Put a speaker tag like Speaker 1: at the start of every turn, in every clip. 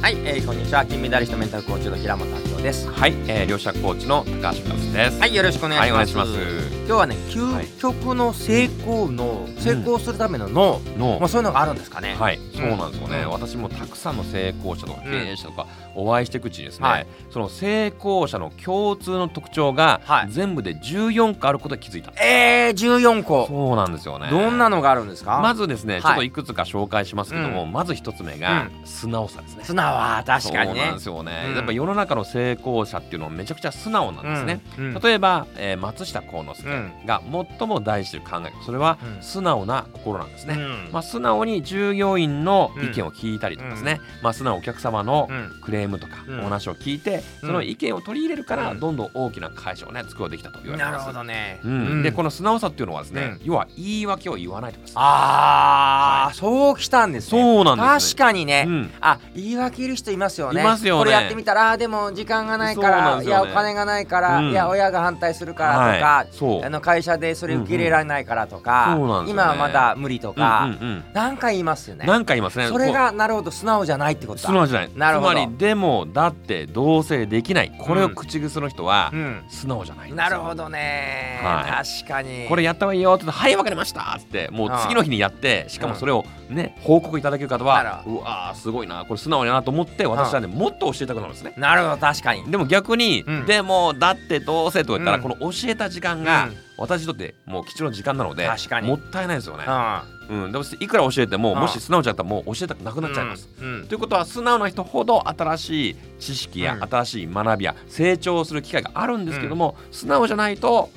Speaker 1: はい、えー、こんにちは金メダリストメンタルコーチの平本明夫です
Speaker 2: はい、えー、両者コーチの高橋康です。
Speaker 1: はいよろしくお願いします,、
Speaker 2: はいお願いします
Speaker 1: 今日はね
Speaker 2: はい
Speaker 1: 究極の成功の、成功するための脳、
Speaker 2: の
Speaker 1: まあ、そういうのがあるんですかね、
Speaker 2: はい、そうなんですよね、
Speaker 1: うん
Speaker 2: 私もたくさんの成功者とか
Speaker 1: う
Speaker 2: 経
Speaker 1: ん
Speaker 2: 営者とかお会いしていくうちにですね、
Speaker 1: はい
Speaker 2: その成功者の共通の特徴が
Speaker 1: はい
Speaker 2: 全部で14個あることに気づいた、
Speaker 1: えー、14個
Speaker 2: そうなんですよね
Speaker 1: どんなのがあるんですか
Speaker 2: まずですね
Speaker 1: い
Speaker 2: ちょっといくつか紹介しますけども、
Speaker 1: う
Speaker 2: まず一つ目が素直さですね、
Speaker 1: 素直は確かに
Speaker 2: そう
Speaker 1: ね
Speaker 2: なんですよね、
Speaker 1: うん
Speaker 2: やっぱ世の中の成功者っていうのはめちゃくちゃ素直なんですね、
Speaker 1: うんうん
Speaker 2: 例えば、えー松下幸之助
Speaker 1: うん
Speaker 2: が最も大事という考えそれは
Speaker 1: うん
Speaker 2: 素直な心なんですね、
Speaker 1: うん
Speaker 2: まあ、素直に従業員の意見を聞いたりとかですね、まあ、素直お客様の
Speaker 1: うん
Speaker 2: クレームとか
Speaker 1: うん
Speaker 2: お話を聞いて、
Speaker 1: うん
Speaker 2: その意見を取り入れるから
Speaker 1: うん
Speaker 2: どんどん大きな会社をね作るできたと言われて
Speaker 1: なる
Speaker 2: ます
Speaker 1: ほどね、
Speaker 2: うんでこの素直さっていうのはですね、
Speaker 1: うん
Speaker 2: 要は言い訳を言わないとかですね
Speaker 1: あー、
Speaker 2: は
Speaker 1: そうきたんですね
Speaker 2: そうなんです
Speaker 1: 確かにね、
Speaker 2: うん
Speaker 1: あ言い訳いる人いますよね
Speaker 2: いますよね
Speaker 1: これやってみたらあーでも時間がないか
Speaker 2: そうな
Speaker 1: ら、
Speaker 2: んで
Speaker 1: い
Speaker 2: すよ
Speaker 1: や
Speaker 2: ね
Speaker 1: お金がないから、
Speaker 2: うん
Speaker 1: いや親が反対するからとか、
Speaker 2: はい、そう
Speaker 1: あの会社でそれ受け入れられないからとか、
Speaker 2: うんうんそうなんですよ
Speaker 1: 今
Speaker 2: ね
Speaker 1: はまだ無理とか、
Speaker 2: うんうんうん
Speaker 1: なんか言いますよね
Speaker 2: なんか言いますね
Speaker 1: それがなるほど素直じゃないってこ
Speaker 2: こう
Speaker 1: とだ
Speaker 2: 素直じゃない
Speaker 1: なるほど
Speaker 2: つまりでもだって同棲できないこれを口癖の人は
Speaker 1: うん
Speaker 2: 素直じゃないんですよ
Speaker 1: なるほどね、
Speaker 2: は
Speaker 1: 確かに
Speaker 2: これやった方がいいよって言ってはいわかりました」っつってもう次の日にやってしかもそれをね報告いただける方
Speaker 1: なる
Speaker 2: は
Speaker 1: ほ
Speaker 2: うわーすごいなこれ素直やなと思って私はねもっと教えたくなるんですね。
Speaker 1: なるほど確かに
Speaker 2: でも逆に
Speaker 1: うん
Speaker 2: 「でもだってどうせ」とか言った
Speaker 1: う
Speaker 2: ら
Speaker 1: ん
Speaker 2: この教えた時間
Speaker 1: う
Speaker 2: が
Speaker 1: ん
Speaker 2: 私にとってもう貴重な時間なので
Speaker 1: 確かに
Speaker 2: もったいないですよね。
Speaker 1: う
Speaker 2: うん、でもいくら教えても
Speaker 1: うん
Speaker 2: もし素直じゃったらもう教えたくなくなっちゃいます。、
Speaker 1: うんうん
Speaker 2: ということは素直な人ほど新しい知識や
Speaker 1: うん
Speaker 2: 新しい学びや成長する機会があるんですけども、素直じゃないと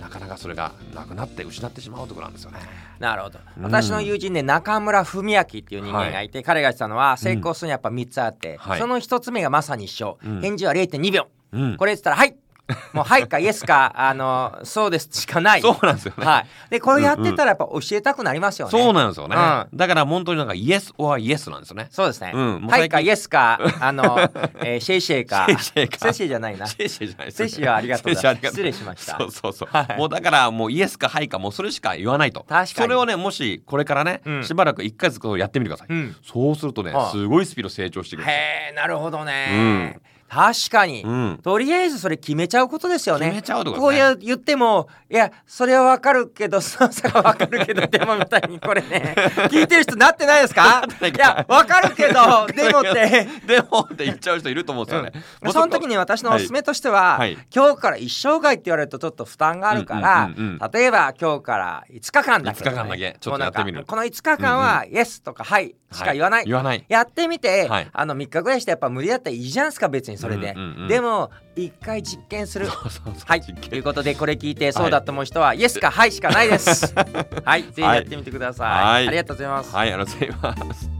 Speaker 2: なかなかそれがなくなって失ってしまうところなんですよね。
Speaker 1: なるほど
Speaker 2: うん
Speaker 1: 私の友人で中村文明っていう人間がいて、彼が言ってたのは成功するにはやっぱ3つあって、
Speaker 2: はい
Speaker 1: その1つ目がまさに一緒、
Speaker 2: うん
Speaker 1: 返事は0.2秒
Speaker 2: うん、
Speaker 1: これ言ってたら「はい!」もう「はい」か「イエスか」 あの「そうです」しかない
Speaker 2: そうなんですよね。
Speaker 1: はい、でこれやってたらやっぱ教えたくなりますよね、
Speaker 2: そうなんですよね。
Speaker 1: う
Speaker 2: だから本当になんかイエスオアイエスなんですよね。
Speaker 1: そうですね、
Speaker 2: うんもう
Speaker 1: は
Speaker 2: 最近
Speaker 1: いかイエス かあの、えーシェイシェイか
Speaker 2: シェイシェイか
Speaker 1: シェイシェイじゃないな
Speaker 2: シェイシェイじゃないです
Speaker 1: シェイシェイはありがとうございます
Speaker 2: シェイシェイあ
Speaker 1: 失礼しま
Speaker 2: りがとう
Speaker 1: した
Speaker 2: そうそうそう。
Speaker 1: はい
Speaker 2: もうだからもうイエスかはいかもうそれしか言わないと。
Speaker 1: かに
Speaker 2: それをねもしこれからね、
Speaker 1: うん
Speaker 2: しばらく一ヶ月こうやってみてください。
Speaker 1: うん
Speaker 2: そうするとね、
Speaker 1: はい
Speaker 2: すごいスピード成長してくるんですよ。
Speaker 1: へえなるほどね、確かに、
Speaker 2: うん
Speaker 1: とりあえずそれ決めちゃうことですよね
Speaker 2: 決めちゃうってこと
Speaker 1: こう
Speaker 2: ね
Speaker 1: や言ってもいやそれはわかるけど その差がわかるけどでもみたいにこれ ね聞いてる人なってないですか
Speaker 2: ない
Speaker 1: い
Speaker 2: か
Speaker 1: やわかるけどでもって
Speaker 2: でもって言っちゃう人いると思うんですよね。
Speaker 1: まあその時に私のおすすめとしては、
Speaker 2: はいはい
Speaker 1: 今日から一生涯って言われるとちょっと負担があるから、
Speaker 2: うんうんうん
Speaker 1: 例えば今日から5日間だけ
Speaker 2: 5日間だけちょっとやってみ
Speaker 1: も
Speaker 2: る
Speaker 1: うなんかこの5日間は「イエス」とか「はい」しか言わない、
Speaker 2: 言わない。
Speaker 1: やってみて、
Speaker 2: はい
Speaker 1: あの3日ぐらいしてやっぱ無理だったらいいじゃんすか別にそれで、
Speaker 2: うんうんうん
Speaker 1: でも1回実験する
Speaker 2: そうそうそう
Speaker 1: はい
Speaker 2: 実験
Speaker 1: ということでこれ聞いてそうだと思う人は、イエス かはいしかないですはいぜひやってみてください、
Speaker 2: はい
Speaker 1: ありがとうございます
Speaker 2: はい、ありがとうございます。